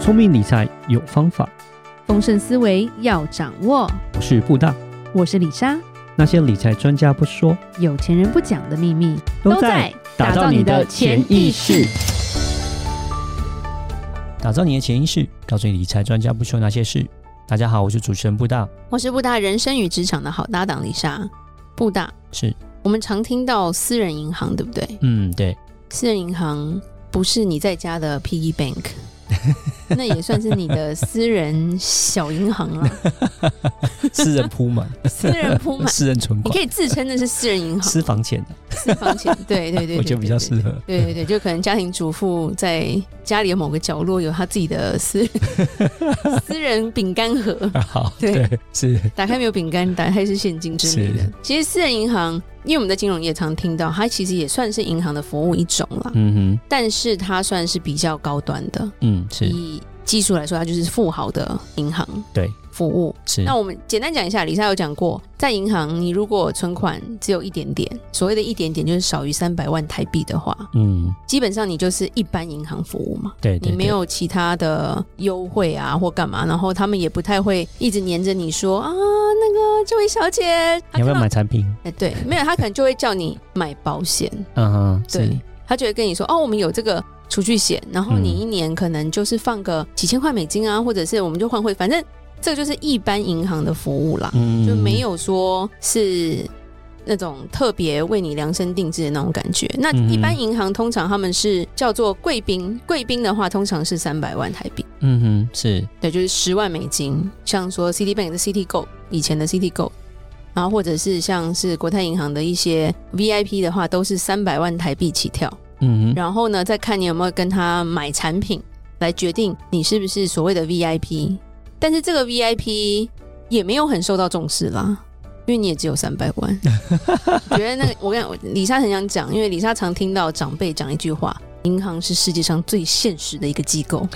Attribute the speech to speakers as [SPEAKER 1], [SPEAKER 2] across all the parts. [SPEAKER 1] 聪明理财有方法，
[SPEAKER 2] 丰盛思维要掌握。
[SPEAKER 1] 我是布大。
[SPEAKER 2] 我是李莎，
[SPEAKER 1] 那些理财专家不说，
[SPEAKER 2] 有钱人不讲的秘密
[SPEAKER 1] 打造你的潜意识。，打造你的潜意识，告诉你理财专家不说那些事。大家好，我是主持人布大。
[SPEAKER 2] 我是布大人生与职场的好搭档李莎。布大，
[SPEAKER 1] 是，
[SPEAKER 2] 我们常听到私人银行，对不对？
[SPEAKER 1] 嗯， 对，
[SPEAKER 2] 私人银行不是你在家的 PE Bank，那也算是你的私人小银行了，
[SPEAKER 1] 私人铺 满，
[SPEAKER 2] 私人铺满。
[SPEAKER 1] 私人存
[SPEAKER 2] 你
[SPEAKER 1] 款
[SPEAKER 2] 可，以自称那是私人银 行，
[SPEAKER 1] 私房钱，
[SPEAKER 2] 私房钱，对对对对，
[SPEAKER 1] 我觉得比较适
[SPEAKER 2] 合。
[SPEAKER 1] 合。
[SPEAKER 2] 对对对，就可能家庭主妇在家里的某个角落有她自己的 私人私人饼干盒，
[SPEAKER 1] 好，
[SPEAKER 2] 对
[SPEAKER 1] 对，是，
[SPEAKER 2] 打开没有饼干，打开是现金之类的
[SPEAKER 1] 是。
[SPEAKER 2] 其实私人银行，因为我们在金融业常听到，它其实也算是银行的服务一种啦，
[SPEAKER 1] 嗯
[SPEAKER 2] 但是它算是比较高端的
[SPEAKER 1] 哼，，嗯，是
[SPEAKER 2] 以技术来说，它就是富豪的银行
[SPEAKER 1] 对
[SPEAKER 2] 服务。
[SPEAKER 1] 是，
[SPEAKER 2] 那我们简单讲一下，李莎有讲过，在银行你如果存款只有一点点，所谓的一点点就是少于三百万台币的话，
[SPEAKER 1] 嗯，
[SPEAKER 2] 基本上你就是一般银行服务嘛。
[SPEAKER 1] 对对，
[SPEAKER 2] 你没
[SPEAKER 1] 对，
[SPEAKER 2] 有其他的优惠啊，或干嘛，然后他们也不太会一直黏着你说啊，那个这位小姐，
[SPEAKER 1] 你要不要
[SPEAKER 2] 他看到
[SPEAKER 1] 买？产品？
[SPEAKER 2] 哎，对，没有，他可能就会叫你买保险，
[SPEAKER 1] 嗯哼，是
[SPEAKER 2] 对，他就会跟你说，哦，我们有这个储蓄险，然后你
[SPEAKER 1] 嗯
[SPEAKER 2] 一年可能就是放个几千块美金啊，或者是我们就换汇，反正这个就是一般银行的服务啦，
[SPEAKER 1] 嗯
[SPEAKER 2] 就没有说是。那种特别为你量身定制的那种感觉。那
[SPEAKER 1] 嗯
[SPEAKER 2] 一般银行通常他们是叫做贵宾，贵宾的话通常是三百万台币。
[SPEAKER 1] 嗯哼，是，
[SPEAKER 2] 对，就是十万美金，像说 Citibank 的 Citigo，以前的 Citigo，然后或者是像是国泰银行的一些 VIP 的话，都是三百万台币起跳。
[SPEAKER 1] 嗯哼，
[SPEAKER 2] 然后呢，再看你有没有跟他买产品，来决定你是不是所谓的 VIP。但是这个 VIP 也没有很受到重视啦，因为你也只有三百 万。我觉得那个，我跟你讲我李莎很想讲，因为李莎常听到长辈讲一句话：银行是世界上最现实的一个 机构。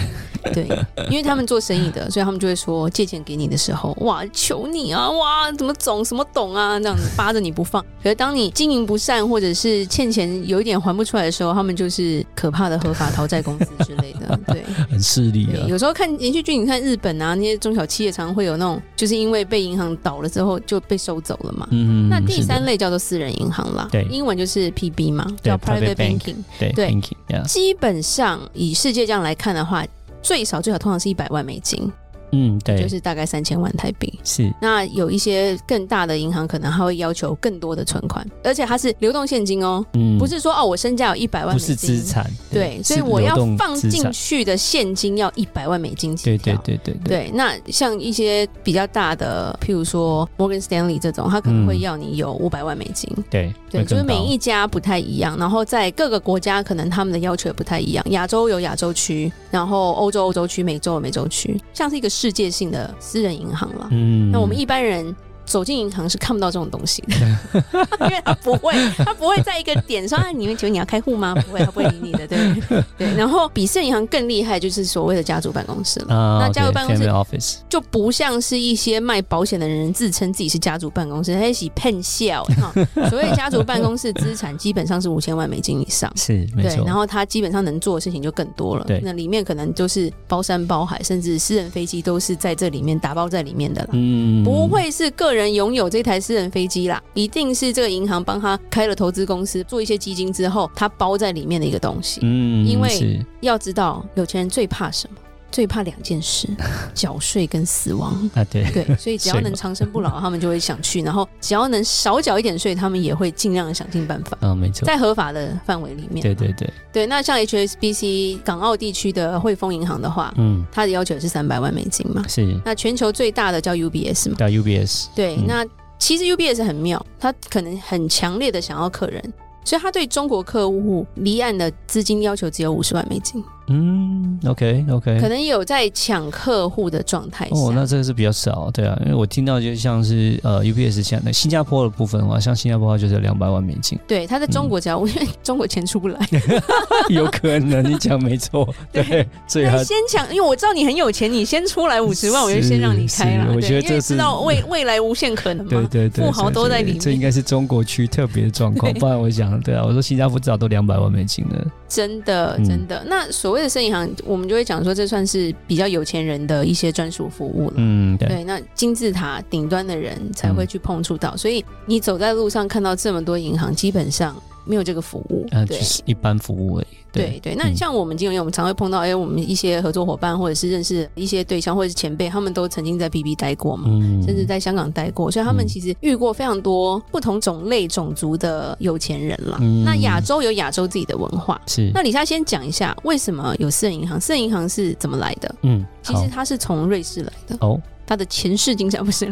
[SPEAKER 2] 对，因为他们做生意的，所以他们就会说，借钱给你的时候，哇，求你啊，哇，怎么懂什么懂啊，这样子扒着你不放。可是当你经营不善，或者是欠钱有一点还不出来的时候，他们就是可怕的合法讨债公司之类 的。对，
[SPEAKER 1] 很势利
[SPEAKER 2] 对
[SPEAKER 1] 啊，
[SPEAKER 2] 有时候看连续剧，你看日本啊，那些中小企业常会有那种，就是因为被银行倒了之后就被收走了嘛。
[SPEAKER 1] 嗯，
[SPEAKER 2] 那第
[SPEAKER 1] 是的
[SPEAKER 2] 三类叫做私人银行啦，
[SPEAKER 1] 对
[SPEAKER 2] 英文就是 PB 嘛，
[SPEAKER 1] 对
[SPEAKER 2] 叫
[SPEAKER 1] private
[SPEAKER 2] private
[SPEAKER 1] bank
[SPEAKER 2] banking。
[SPEAKER 1] 对
[SPEAKER 2] 对
[SPEAKER 1] thinking yeah，
[SPEAKER 2] 基本上以世界这样来看的话，最少最少通常是一百万美金，
[SPEAKER 1] 嗯，对，
[SPEAKER 2] 就是大概三千万台币。
[SPEAKER 1] 是
[SPEAKER 2] 那有一些更大的银行可能还会要求更多的存款，而且它是流动现金哦，
[SPEAKER 1] 嗯，
[SPEAKER 2] 不是说哦我身家有一百万
[SPEAKER 1] 不
[SPEAKER 2] 美
[SPEAKER 1] 是
[SPEAKER 2] 金，
[SPEAKER 1] 资产，
[SPEAKER 2] 对，所以
[SPEAKER 1] 是
[SPEAKER 2] 我要
[SPEAKER 1] 流动
[SPEAKER 2] 放
[SPEAKER 1] 资
[SPEAKER 2] 进
[SPEAKER 1] 产
[SPEAKER 2] 去的现金要一百万美金起
[SPEAKER 1] 对
[SPEAKER 2] 跳
[SPEAKER 1] 对对对对，
[SPEAKER 2] 对，那像一些比较大的，譬如说 Morgan Stanley 这种，它可能会要你有五百万美金。
[SPEAKER 1] 对
[SPEAKER 2] 对，
[SPEAKER 1] 嗯会
[SPEAKER 2] 就是
[SPEAKER 1] 更
[SPEAKER 2] 每
[SPEAKER 1] 高
[SPEAKER 2] 一家不太一样，然后在各个国家可能他们的要求也不太一样。亚洲有亚洲区，然后欧洲欧洲区，美洲有美洲区，像是一个世界性的私人银行了。
[SPEAKER 1] 嗯，
[SPEAKER 2] 那我们一般人。走进银行是看不到这种东西 的，因为他不会，他不会在一个点说啊，你们请问你要开 户吗？不会，他不会理你的，对对。然后比私人银行更厉害，就是所谓的家族办公室了。
[SPEAKER 1] 啊，
[SPEAKER 2] 那加入
[SPEAKER 1] OK，
[SPEAKER 2] 办公室
[SPEAKER 1] family office，
[SPEAKER 2] 就不像是一些卖保险的人自称自己是家族办公室，他一起骗笑 哈。所谓家族办公室资产基本上是五千万美金以上，
[SPEAKER 1] 是没
[SPEAKER 2] 对，
[SPEAKER 1] 错，
[SPEAKER 2] 然后他基本上能做的事情就更多了。
[SPEAKER 1] 对
[SPEAKER 2] 那里面可能就是包山包海，甚至私人飞机都是在这里面打包在里面的啦。
[SPEAKER 1] 嗯
[SPEAKER 2] 不，会是个人拥有这台私人飞机啦，一定是这个银行帮他开了投资公司，做一些基金之后，他包在里面的一个东西。
[SPEAKER 1] 嗯，
[SPEAKER 2] 因为
[SPEAKER 1] 是
[SPEAKER 2] 要知道，有钱人最怕什么？最怕两件事：缴税跟死亡。
[SPEAKER 1] 啊，对，
[SPEAKER 2] 对，所以只要能长生不老，他们就会想去；然后只要能少缴一点税，他们也会尽量地想尽办法，
[SPEAKER 1] 嗯，没错，
[SPEAKER 2] 在合法的范围里面。啊
[SPEAKER 1] 对对对，
[SPEAKER 2] 对那像 HSBC 港澳地区的汇丰银行的话，
[SPEAKER 1] 嗯，
[SPEAKER 2] 它的要求是三百万美金嘛。
[SPEAKER 1] 是
[SPEAKER 2] 那全球最大的叫 UBS 嘛？
[SPEAKER 1] 到 UBS，
[SPEAKER 2] 对，
[SPEAKER 1] 嗯
[SPEAKER 2] 那其实 UBS 很妙，它可能很强烈的想要客人，所以它对中国客户离岸的资金要求只有五十万美金，
[SPEAKER 1] 嗯，OK
[SPEAKER 2] 可
[SPEAKER 1] OK。
[SPEAKER 2] 能啊有在抢客户的状态下。
[SPEAKER 1] 哦，那这个是比较少，对啊，因为我听到就像是呃 UBS 像那新加坡的部分的话，像新加坡的话就是两百万美金，
[SPEAKER 2] 对，它在中国只要，因为
[SPEAKER 1] 嗯
[SPEAKER 2] 中国钱出不来。
[SPEAKER 1] 有可能你讲没 错，对，所以
[SPEAKER 2] 那
[SPEAKER 1] 他
[SPEAKER 2] 先抢，因为我知道你很有钱，你先出来五十万，我就是先让你开了。
[SPEAKER 1] 是我觉
[SPEAKER 2] 对
[SPEAKER 1] 得
[SPEAKER 2] 因
[SPEAKER 1] 这
[SPEAKER 2] 为
[SPEAKER 1] 是
[SPEAKER 2] 知道未未来无限可能嘛。
[SPEAKER 1] 对对对，
[SPEAKER 2] 富豪都在里面
[SPEAKER 1] 这应该是中国区特别的状况，
[SPEAKER 2] 对
[SPEAKER 1] 不然我想，对啊，我说新加坡至少都两百万美金了，
[SPEAKER 2] 真的
[SPEAKER 1] 嗯
[SPEAKER 2] 真的。那所谓的深银行，我们就会讲说，这算是比较有钱人的一些专属服务了。
[SPEAKER 1] 嗯，对，嗯
[SPEAKER 2] 对，那金字塔顶端的人才会去碰触到，所以你走在路上看到这么多银行，基本上没有这个服务。
[SPEAKER 1] 啊，就
[SPEAKER 2] 对
[SPEAKER 1] 是一般服务而已。
[SPEAKER 2] 对对，那
[SPEAKER 1] 嗯
[SPEAKER 2] 像我们金融业，我们常会碰到，哎、我们一些合作伙伴或者是认识一些对象或者是前辈，他们都曾经在 BB 待过嘛。
[SPEAKER 1] 嗯，
[SPEAKER 2] 甚至在香港待过，所以他们
[SPEAKER 1] 嗯
[SPEAKER 2] 其实遇过非常多不同种类、种族的有钱人啦。
[SPEAKER 1] 嗯
[SPEAKER 2] 那亚洲有亚洲自己的文化。
[SPEAKER 1] 是
[SPEAKER 2] 那李莎先讲一下，为什么有私人银行？私人银行是怎么来的？
[SPEAKER 1] 嗯，
[SPEAKER 2] 其实它是从瑞士来的，
[SPEAKER 1] 好哦，
[SPEAKER 2] 它的前世今生 不是。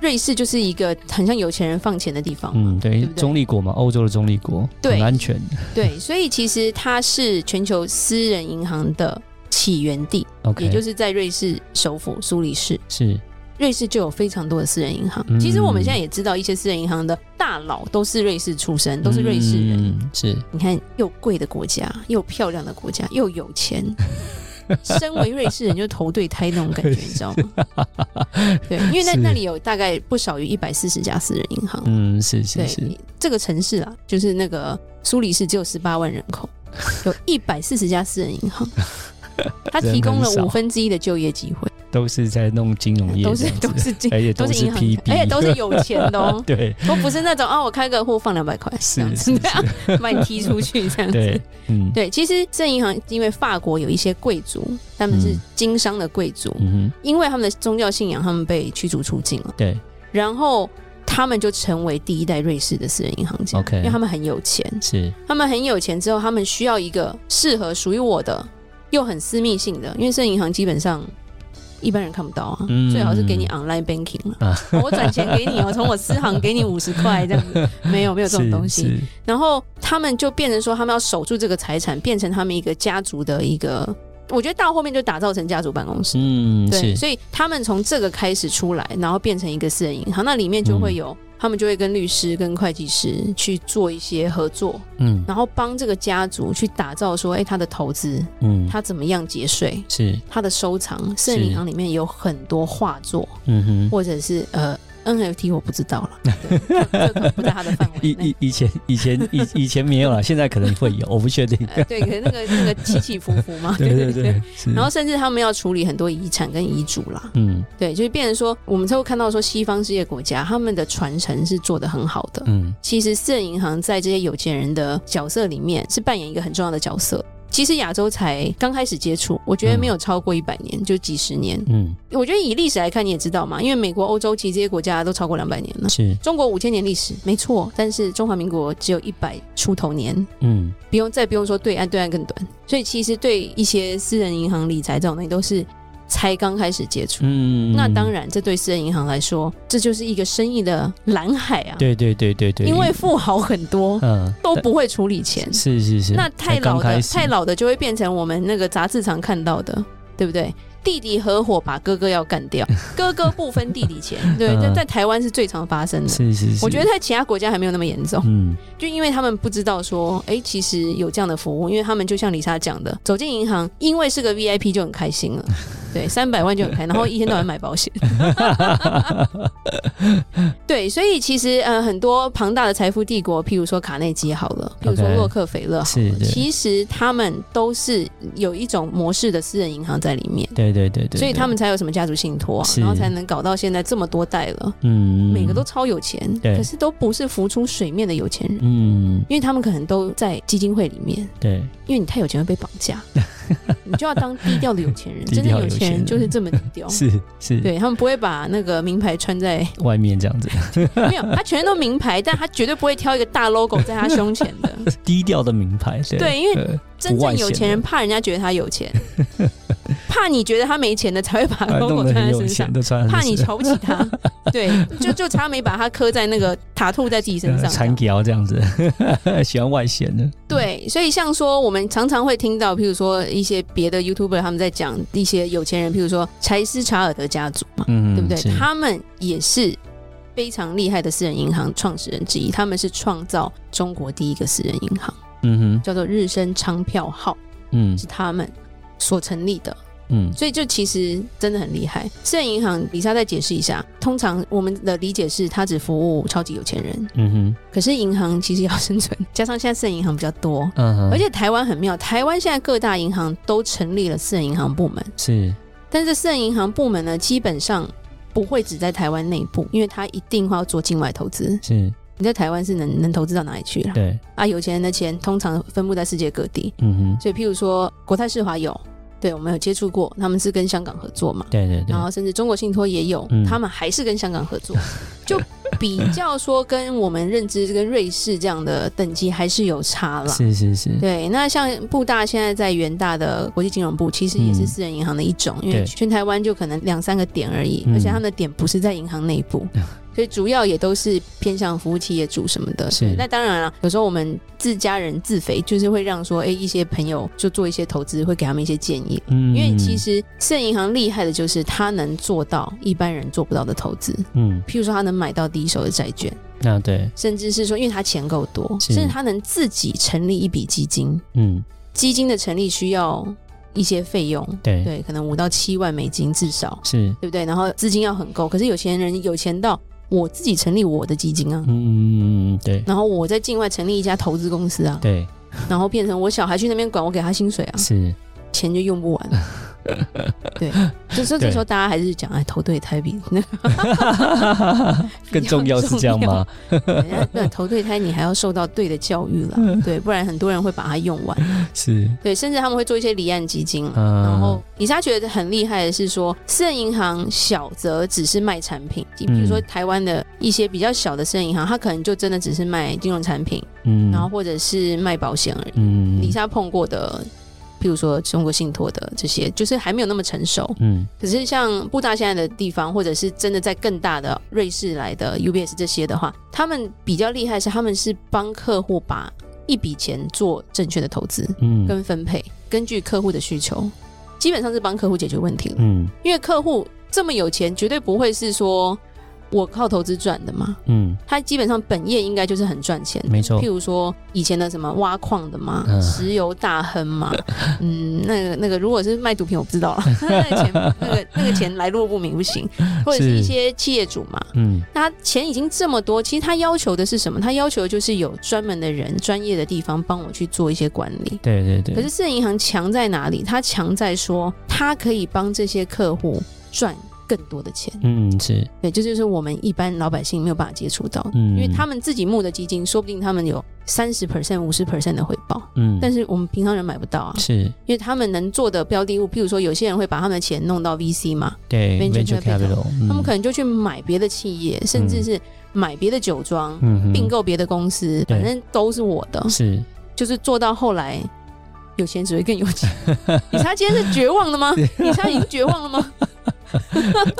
[SPEAKER 2] 瑞士就是一个很像有钱人放钱的地方嘛，
[SPEAKER 1] 嗯，对
[SPEAKER 2] 哦对不，对
[SPEAKER 1] 中立国嘛，欧洲的中立国，
[SPEAKER 2] 对
[SPEAKER 1] 很安全。
[SPEAKER 2] 对，所以其实它是全球私人银行的起源地，
[SPEAKER 1] OK，
[SPEAKER 2] 也就是在瑞士首府苏黎世。
[SPEAKER 1] 是
[SPEAKER 2] 瑞士就有非常多的私人银行。
[SPEAKER 1] 嗯
[SPEAKER 2] 其实我们现在也知道，一些私人银行的大佬都是瑞士出身，都是瑞士人。
[SPEAKER 1] 嗯、是
[SPEAKER 2] 你看，又贵的国家，又漂亮的国家，又有 钱，身为瑞士人就头对胎那种感觉，你知道吗？对，因为那
[SPEAKER 1] 是
[SPEAKER 2] 那里有大概不少于一百四十家私人银行。
[SPEAKER 1] 嗯，是是
[SPEAKER 2] 对
[SPEAKER 1] 是，，
[SPEAKER 2] 这个城市啊，就是那个苏黎世只有十八万人口，有一百四十家私人银 行，它提供
[SPEAKER 1] 人
[SPEAKER 2] 了
[SPEAKER 1] 很少
[SPEAKER 2] 五分之一的就业机会，
[SPEAKER 1] 都是在弄金融业这
[SPEAKER 2] 都
[SPEAKER 1] 样
[SPEAKER 2] 是
[SPEAKER 1] 子，
[SPEAKER 2] 都是这
[SPEAKER 1] 而且
[SPEAKER 2] 都
[SPEAKER 1] 都
[SPEAKER 2] 是银行业
[SPEAKER 1] PB，，，
[SPEAKER 2] 而且都是有钱的 哦
[SPEAKER 1] 对
[SPEAKER 2] 都不是那种啊，我开个户放两百块，
[SPEAKER 1] 是
[SPEAKER 2] 这样子
[SPEAKER 1] 是
[SPEAKER 2] 对啊，把你踢出去这样子
[SPEAKER 1] 对。，嗯
[SPEAKER 2] 对，其实这银行因为法国有一些贵族，他们是
[SPEAKER 1] 嗯
[SPEAKER 2] 经商的贵族，
[SPEAKER 1] 嗯哼，
[SPEAKER 2] 因为他们的宗教信仰，他们被驱逐出境了，
[SPEAKER 1] 对
[SPEAKER 2] 然后他们就成为第一代瑞士的私人银行家
[SPEAKER 1] OK
[SPEAKER 2] 因为他们很有钱，
[SPEAKER 1] 是
[SPEAKER 2] 他们很有钱之后，他们需要一个适合属于我的又很私密性的，因为私人银行基本上一般人看不到啊，
[SPEAKER 1] 嗯
[SPEAKER 2] 最好是给你 online banking 了、
[SPEAKER 1] 啊
[SPEAKER 2] 哦我转钱给你哦，从我私行给你五十块这样子，没有没有这种
[SPEAKER 1] 是
[SPEAKER 2] 东西。
[SPEAKER 1] 是
[SPEAKER 2] 然后他们就变成说，他们要守住这个财产，变成他们一个家族的一个，我觉得到后面就打造成家族办公室。
[SPEAKER 1] 嗯
[SPEAKER 2] 对，
[SPEAKER 1] 是
[SPEAKER 2] 所以他们从这个开始出来，然后变成一个私人银行，那里面就会有、
[SPEAKER 1] 嗯
[SPEAKER 2] 他们就会跟律师、跟会计师去做一些合作，
[SPEAKER 1] 嗯
[SPEAKER 2] 然后帮这个家族去打造说，哎、他的投资，
[SPEAKER 1] 嗯
[SPEAKER 2] 他怎么样节税，
[SPEAKER 1] 是
[SPEAKER 2] 他的收藏，私人银行里面有很多画作，
[SPEAKER 1] 嗯哼。
[SPEAKER 2] 或者是呃 NFT，我不知道了， 对这这可能不在他的范围
[SPEAKER 1] 以
[SPEAKER 2] 内。
[SPEAKER 1] 以以前以前以以前没有了，现在可能会有，我不确定。
[SPEAKER 2] 呃对，可能那个那个起起伏伏 嘛，
[SPEAKER 1] 对对嗯对，是。
[SPEAKER 2] 然后甚至他们要处理很多遗产跟遗嘱啦，
[SPEAKER 1] 嗯
[SPEAKER 2] 对，就是变成说，我们才会看到说西方世界国家他们的传承是做得很好的。
[SPEAKER 1] 嗯
[SPEAKER 2] 其实私人银行在这些有钱人的角色里面是扮演一个很重要的角色。其实亚洲才刚开始接触，我觉得没有超过一百年，就几十年。
[SPEAKER 1] 嗯
[SPEAKER 2] 我觉得以历史来看，你也知道嘛，因为美国、欧洲其实这些国家都超过两百年了，
[SPEAKER 1] 是
[SPEAKER 2] 中国五千年历史没错，但是中华民国只有一百出头年，
[SPEAKER 1] 嗯
[SPEAKER 2] 不用再不用说对岸，对岸更短。所以其实对一些私人银行理财这种东西都是才刚开始接触。
[SPEAKER 1] 嗯。
[SPEAKER 2] 那当然，这对私人银行来说，这就是一个生意的蓝海啊。
[SPEAKER 1] 对对对对对，
[SPEAKER 2] 因为富豪很多
[SPEAKER 1] 嗯
[SPEAKER 2] 都不会处理钱，
[SPEAKER 1] 是是是，
[SPEAKER 2] 那太
[SPEAKER 1] 才
[SPEAKER 2] 老
[SPEAKER 1] 刚开
[SPEAKER 2] 的
[SPEAKER 1] 始
[SPEAKER 2] 太老的就会变成我们那个杂志常看到的，对不对？弟弟合伙把哥哥要干 掉，哥哥不分弟弟钱，对，
[SPEAKER 1] 嗯
[SPEAKER 2] 这在台湾是最常发生的。
[SPEAKER 1] 是是是，
[SPEAKER 2] 我觉得在其他国家还没有那么严重，
[SPEAKER 1] 嗯
[SPEAKER 2] 就因为他们不知道说，哎，其实有这样的服务，因为他们就像李莎讲的，走进银行，因为是个 VIP 就很开心 了，对，三百万就很开心，然后一天到晚买保险，对，所以其实呃，很多庞大的财富帝国，譬如说卡内基好了，譬如说
[SPEAKER 1] OK
[SPEAKER 2] 洛克菲勒好了
[SPEAKER 1] 是对
[SPEAKER 2] 其实他们都是有一种模式的私人银行在里面，
[SPEAKER 1] 对对对对，
[SPEAKER 2] 所
[SPEAKER 1] 对
[SPEAKER 2] 以他们才有什么家族信托、啊，
[SPEAKER 1] 是
[SPEAKER 2] 然后才能搞到现在这么多代了，
[SPEAKER 1] 嗯
[SPEAKER 2] 每个都超有钱，
[SPEAKER 1] 对
[SPEAKER 2] 可是都不是浮出水面的有钱人。
[SPEAKER 1] 嗯
[SPEAKER 2] 因为他们可能都在基金会里面，
[SPEAKER 1] 对
[SPEAKER 2] 因为你太有钱会被绑 架，你就要当低调的有钱人。
[SPEAKER 1] 低
[SPEAKER 2] 真的
[SPEAKER 1] 调
[SPEAKER 2] 有钱
[SPEAKER 1] 有钱
[SPEAKER 2] 人
[SPEAKER 1] 人
[SPEAKER 2] 就是这么低调，
[SPEAKER 1] 是是，
[SPEAKER 2] 对他们不会把那个名牌穿在，
[SPEAKER 1] 外面这样子
[SPEAKER 2] 没有，他全都名牌，但他绝对不会挑一个大 logo 在他胸前 的。
[SPEAKER 1] 低调的名牌，对
[SPEAKER 2] 对因为
[SPEAKER 1] 呃
[SPEAKER 2] 真
[SPEAKER 1] 不外
[SPEAKER 2] 正
[SPEAKER 1] 显
[SPEAKER 2] 有钱人怕人家觉得他有钱，怕你觉得他没钱的才会把
[SPEAKER 1] 啊
[SPEAKER 2] logo
[SPEAKER 1] 弄得很
[SPEAKER 2] 穿 在
[SPEAKER 1] 有
[SPEAKER 2] 身上
[SPEAKER 1] 钱，都穿
[SPEAKER 2] 怕你瞧不起他。对，就就差没把他刻在那个塔兔在自己 身上这样
[SPEAKER 1] 缠。条这样子，喜欢外显的，
[SPEAKER 2] 对，所以像说我们常常会听到，譬如说一些别的 YouTuber 他们在讲一些有钱人，譬如说柴斯查尔德家族嘛，
[SPEAKER 1] 嗯，
[SPEAKER 2] 对不对
[SPEAKER 1] 是？
[SPEAKER 2] 他们也是非常厉害的私人银行创始人之一，他们是创造中国第一个私人银行，
[SPEAKER 1] 嗯哼
[SPEAKER 2] 叫做日升昌票号，
[SPEAKER 1] 嗯
[SPEAKER 2] 是他们所成立的。
[SPEAKER 1] 嗯
[SPEAKER 2] 所以就其实真的很厉害。私人银行，李莎再解释一下，通常我们的理解是它只服务超级有钱人，
[SPEAKER 1] 嗯哼，
[SPEAKER 2] 可是银行其实要生存，加上现在私人银行比较多。
[SPEAKER 1] 嗯哼，
[SPEAKER 2] 而且台湾很妙，台湾现在各大银行都成立了私人银行部门，
[SPEAKER 1] 是
[SPEAKER 2] 但是私人银行部门呢，基本上不会只在台湾内部，因为它一定会要做境外投资。
[SPEAKER 1] 是，
[SPEAKER 2] 你在台湾是能能投资到哪里去了？
[SPEAKER 1] 对，
[SPEAKER 2] 啊，有钱人的钱通常分布在世界各地，
[SPEAKER 1] 嗯哼，
[SPEAKER 2] 所以譬如说国泰世华有，对我们有接触过，他们是跟香港合作嘛，
[SPEAKER 1] 对对对
[SPEAKER 2] 然，后甚至中国信托也有，
[SPEAKER 1] 嗯
[SPEAKER 2] 他们还是跟香港合作，就比较说跟我们认知跟瑞士这样的等级还是有差啦。
[SPEAKER 1] 是是是，
[SPEAKER 2] 对，那像布大现在在元大的国际金融部，其实也是
[SPEAKER 1] 嗯
[SPEAKER 2] 私人银行的一种，因
[SPEAKER 1] 对
[SPEAKER 2] 为全台湾就可能两三个点而已，
[SPEAKER 1] 嗯
[SPEAKER 2] 而且他们的点不是在银行内部，所以主要也都是偏向服务企业主什么的。
[SPEAKER 1] 是
[SPEAKER 2] 那当然了，有时候我们自家人自肥，就是会让说，哎，一些朋友就做一些投资，会给他们一些建议。
[SPEAKER 1] 嗯，
[SPEAKER 2] 因为其实私人银行厉害的就是它能做到一般人做不到的投资，
[SPEAKER 1] 嗯，
[SPEAKER 2] 譬如说它能买到第一手的债券，
[SPEAKER 1] 那对，
[SPEAKER 2] 甚至是说因为它钱够多，
[SPEAKER 1] 是
[SPEAKER 2] 甚至它能自己成立一笔基金。
[SPEAKER 1] 嗯，
[SPEAKER 2] 基金的成立需要一些费用，
[SPEAKER 1] 对，
[SPEAKER 2] 对，可能五到七万美金至少，
[SPEAKER 1] 是，
[SPEAKER 2] 对不对？然后资金要很够，可是有钱人有钱到我自己成立我的基金啊
[SPEAKER 1] 嗯，嗯嗯嗯，对
[SPEAKER 2] 然后我在境外成立一家投资公司啊，
[SPEAKER 1] 对
[SPEAKER 2] 然后变成我小孩去那边管，我给他薪水啊，
[SPEAKER 1] 是，
[SPEAKER 2] 钱就用不完。对，就是这时候大家还是讲，哎，投对胎比 那个
[SPEAKER 1] 更重要是这样吗？
[SPEAKER 2] 人家对投对胎，你还要受到对的教育啦，对，不然很多人会把它用完。
[SPEAKER 1] 是，
[SPEAKER 2] 对，甚至他们会做一些离岸基金啦。啊
[SPEAKER 1] 嗯，
[SPEAKER 2] 然后李莎觉得很厉害的是说，私人银行小则只是卖产品，比
[SPEAKER 1] 嗯
[SPEAKER 2] 如说台湾的一些比较小的私人银行，它可能就真的只是卖金融产品，
[SPEAKER 1] 嗯，
[SPEAKER 2] 然后或者是卖保险而已。
[SPEAKER 1] 嗯，
[SPEAKER 2] 李莎碰过的，譬如说中国信托的这些，就是还没有那么成熟。
[SPEAKER 1] 嗯
[SPEAKER 2] 可是像布达现在的地方，或者是真的在更大的瑞士来的 UBS 这些的话，他们比较厉害是他们是帮客户把一笔钱做正确的投资。
[SPEAKER 1] 嗯
[SPEAKER 2] 跟分配，根据客户的需求，基本上是帮客户解决问题了。
[SPEAKER 1] 嗯
[SPEAKER 2] 因为客户这么有钱，绝对不会是说我靠投资赚的嘛，
[SPEAKER 1] 嗯，
[SPEAKER 2] 他基本上本业应该就是很赚钱的。
[SPEAKER 1] 没错
[SPEAKER 2] 譬，如说以前的什么挖矿的嘛，
[SPEAKER 1] 嗯
[SPEAKER 2] 石油大 亨嘛，嗯，那个那个，如果是卖毒品，我不知道了，那个钱那个那个钱来路不明不行，或者是
[SPEAKER 1] 是
[SPEAKER 2] 一些企业主嘛，
[SPEAKER 1] 嗯
[SPEAKER 2] 那他钱已经这么多，其实他要求的是什么？他要求的就是有专门的人、专业的地方帮我去做一些管理。
[SPEAKER 1] 对对对，
[SPEAKER 2] 可是私人银行强在哪里？它强在说，它可以帮这些客户赚更多的钱。
[SPEAKER 1] 嗯是，
[SPEAKER 2] 对，这就是我们一般老百姓没有办法接触到的，
[SPEAKER 1] 嗯，
[SPEAKER 2] 因为他们自己募的基金，说不定他们有三十 percent、五十 percent 的回报，
[SPEAKER 1] 嗯，
[SPEAKER 2] 但是我们平常人买不到啊。
[SPEAKER 1] 是
[SPEAKER 2] 因为他们能做的标的物，譬如说有些人会把他们的钱弄到 VC 嘛，
[SPEAKER 1] 对
[SPEAKER 2] venture capital，
[SPEAKER 1] 嗯
[SPEAKER 2] 他们可能就去买别的企业，甚至是买别的酒庄，
[SPEAKER 1] 嗯哼
[SPEAKER 2] 并购别的公司，
[SPEAKER 1] 对
[SPEAKER 2] 反正都是我的。
[SPEAKER 1] 是
[SPEAKER 2] 就是做到后来，有钱只会更有 钱。理查今天是绝望了吗？理查已经绝望了 吗？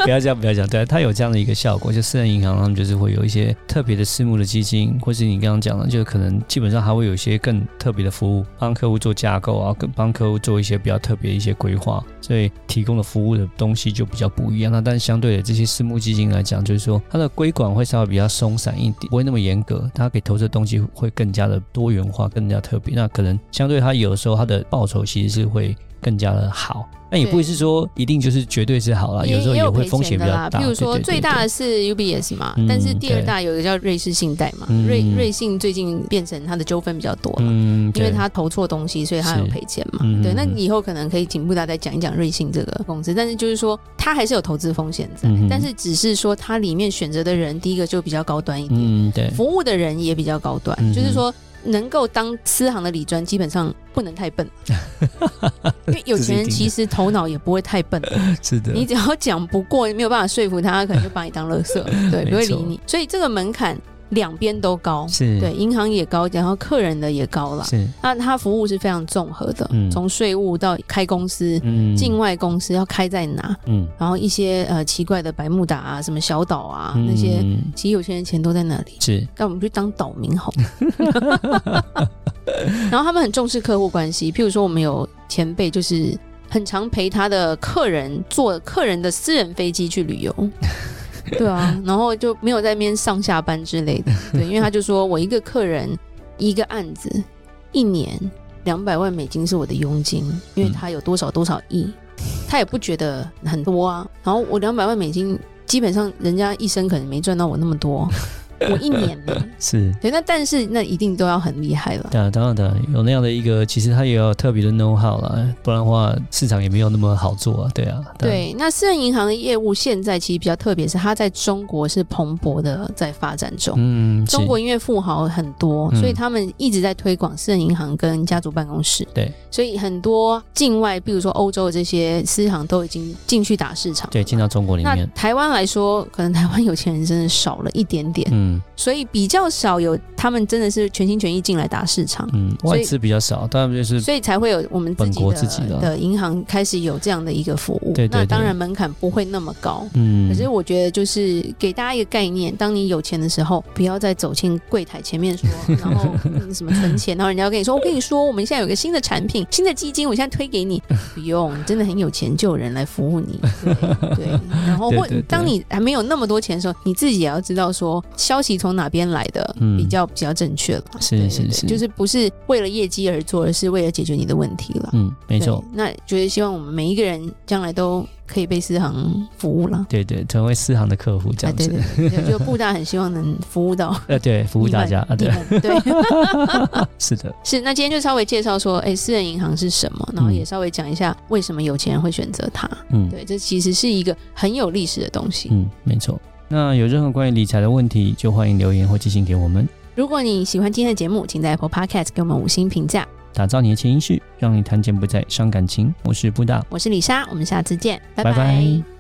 [SPEAKER 1] 不要这样，不要这样。对，它有这样的一个效果，就私人银行他们就是会有一些特别的私募的基金，或是你刚刚讲的，就是可能基本上还会有一些更特别的服务，帮客户做架构啊，跟帮客户做一些比较特别的一些规划，所以提供的服务的东西就比较不一样。那但是相对的这些私募基金来讲，就是说它的规管会稍微比较松散一点，不会那么严格，它给投资的东西会更加的多元化，更加特别。那可能相对它有的时候它的报酬其实是会。更加的好，那也不
[SPEAKER 2] 对
[SPEAKER 1] 是说一定就是绝对是好啦，啊有时候
[SPEAKER 2] 也
[SPEAKER 1] 也
[SPEAKER 2] 有
[SPEAKER 1] 会
[SPEAKER 2] 赔
[SPEAKER 1] 风险
[SPEAKER 2] 钱
[SPEAKER 1] 比
[SPEAKER 2] 的
[SPEAKER 1] 较
[SPEAKER 2] 啦。
[SPEAKER 1] 大。
[SPEAKER 2] 譬如说
[SPEAKER 1] 对
[SPEAKER 2] 最大的，是 UBS 嘛，
[SPEAKER 1] 嗯
[SPEAKER 2] 但是第二大有一个叫瑞士信贷嘛，
[SPEAKER 1] 嗯
[SPEAKER 2] 瑞瑞信最近变成它的纠纷比较多
[SPEAKER 1] 对对
[SPEAKER 2] 了。
[SPEAKER 1] 嗯，
[SPEAKER 2] 因
[SPEAKER 1] 对
[SPEAKER 2] 为它投错东西，所以它有赔钱嘛。
[SPEAKER 1] 嗯
[SPEAKER 2] 对，那
[SPEAKER 1] 嗯嗯
[SPEAKER 2] 以后可能可以请布大再讲一讲瑞信这个公司，但是就是说它还是有投资风险在，
[SPEAKER 1] 嗯哼
[SPEAKER 2] 但是只是说它里面选择的人，第一个就比较高端一点，
[SPEAKER 1] 嗯对，
[SPEAKER 2] 服务的人也比较高端，
[SPEAKER 1] 嗯哼
[SPEAKER 2] 就是说能够当私行的理专，基本上不能 太笨，因为有钱人其实头脑也不会太笨，
[SPEAKER 1] 是的，
[SPEAKER 2] 你只要讲不过，没有办法说服他，他可能就把你当垃圾， 对，
[SPEAKER 1] 没错
[SPEAKER 2] 不会理你。所以这个门槛两边都高，
[SPEAKER 1] 是
[SPEAKER 2] 对，银行也高，然后客人的也高了。
[SPEAKER 1] 是
[SPEAKER 2] 那他服务是非常综合的
[SPEAKER 1] 嗯，
[SPEAKER 2] 从税务到开公司。
[SPEAKER 1] 嗯
[SPEAKER 2] 境外公司要开在哪？
[SPEAKER 1] 嗯
[SPEAKER 2] 然后一些呃奇怪的百慕达啊、什么小岛啊、那些，
[SPEAKER 1] 嗯
[SPEAKER 2] 其实有钱人钱都在那里。
[SPEAKER 1] 是
[SPEAKER 2] 那我们去当岛民好 了。然后他们很重视客户关系，譬如说我们有前辈就是很常陪他的客人坐客人的私人飞机去旅游。对啊，然后就没有在那边上下班之类的，对，因为他就说我一个客人一个案子一年两百万美金是我的佣金，因为他有多少多少亿，他也不觉得很多啊。然后我两百万美金，基本上人家一生可能没赚到我那么多，我一年呢。
[SPEAKER 1] 是。
[SPEAKER 2] 对，那但是那一定都要很厉害了。
[SPEAKER 1] 当然，当然，当然，有那样的一个，其实他也要有特别的 know how 啦，不然的话市场也没有那么好做啊，对啊，当然，
[SPEAKER 2] 对，那私人银行的业务现在其实比较特别，是它在中国是蓬勃的在发展中。
[SPEAKER 1] 嗯，
[SPEAKER 2] 中国
[SPEAKER 1] 是
[SPEAKER 2] 因为富豪很多，
[SPEAKER 1] 嗯
[SPEAKER 2] 所以他们一直在推广私人银行跟家族办公室。
[SPEAKER 1] 对，
[SPEAKER 2] 所以很多境外，比如说欧洲的这些私行都已经进去打市场。
[SPEAKER 1] 对进到中国里
[SPEAKER 2] 那
[SPEAKER 1] 面，
[SPEAKER 2] 台湾来说，可能台湾有钱人真的少了一点点，
[SPEAKER 1] 嗯
[SPEAKER 2] 所以比较少有他们真的是全心全意进来打市场，
[SPEAKER 1] 嗯，
[SPEAKER 2] 所以
[SPEAKER 1] 外资比较少，当然就是
[SPEAKER 2] 所以才会有我们自己
[SPEAKER 1] 本国
[SPEAKER 2] 的
[SPEAKER 1] 自己的
[SPEAKER 2] 的银行开始有这样的一个服务。
[SPEAKER 1] 对对
[SPEAKER 2] 那
[SPEAKER 1] 对
[SPEAKER 2] 当然门槛不会那么高。
[SPEAKER 1] 嗯，
[SPEAKER 2] 可是我觉得，就是给大家一个概念，当你有钱的时候，不要再走进柜台前 面说，然后、嗯什么存钱，然后人家跟你说，我跟你说，我们现在有个新的产品、新的基金，我现在推给你， 不用，你真的很有钱就有人来服务你，对，对然后
[SPEAKER 1] 对
[SPEAKER 2] 或
[SPEAKER 1] 对对
[SPEAKER 2] 当你还没有那么多钱的时候，你自己也要知道说，消息从哪边来的，
[SPEAKER 1] 嗯
[SPEAKER 2] 比较比较正确了，
[SPEAKER 1] 是
[SPEAKER 2] 对
[SPEAKER 1] 嗯是
[SPEAKER 2] 对对
[SPEAKER 1] 是
[SPEAKER 2] 就是不是为了业绩而做，而是为了解决你的问题了，
[SPEAKER 1] 嗯，没
[SPEAKER 2] 对
[SPEAKER 1] 错，。
[SPEAKER 2] 那就是希望我们每一个人将来都可以被私行服务了。
[SPEAKER 1] 对对，成为四行的客户这
[SPEAKER 2] 啊，
[SPEAKER 1] 样
[SPEAKER 2] 对
[SPEAKER 1] 子，
[SPEAKER 2] 对对，对就布大很希望能服务到
[SPEAKER 1] 呃， 对，服务
[SPEAKER 2] 你们
[SPEAKER 1] 大家啊，
[SPEAKER 2] 你
[SPEAKER 1] 对，
[SPEAKER 2] 们对
[SPEAKER 1] 是的，
[SPEAKER 2] 是。那今天就稍微介绍说，哎，私人银行是什么，然后也稍微讲一下为什么有钱人会选择它。
[SPEAKER 1] 嗯
[SPEAKER 2] 对，这其实是一个很有历史的东西。
[SPEAKER 1] 嗯，没错。那有任何关于理财的问题，就欢迎留言或寄信给我们。
[SPEAKER 2] 如果你喜欢今天的节目，请在 Apple Podcast 给我们五星评价。
[SPEAKER 1] 打造你的潜意识，让你谈钱不再伤感情。我是布大，
[SPEAKER 2] 我是李莎，我们下次见，
[SPEAKER 1] 拜
[SPEAKER 2] 拜
[SPEAKER 1] 拜
[SPEAKER 2] 拜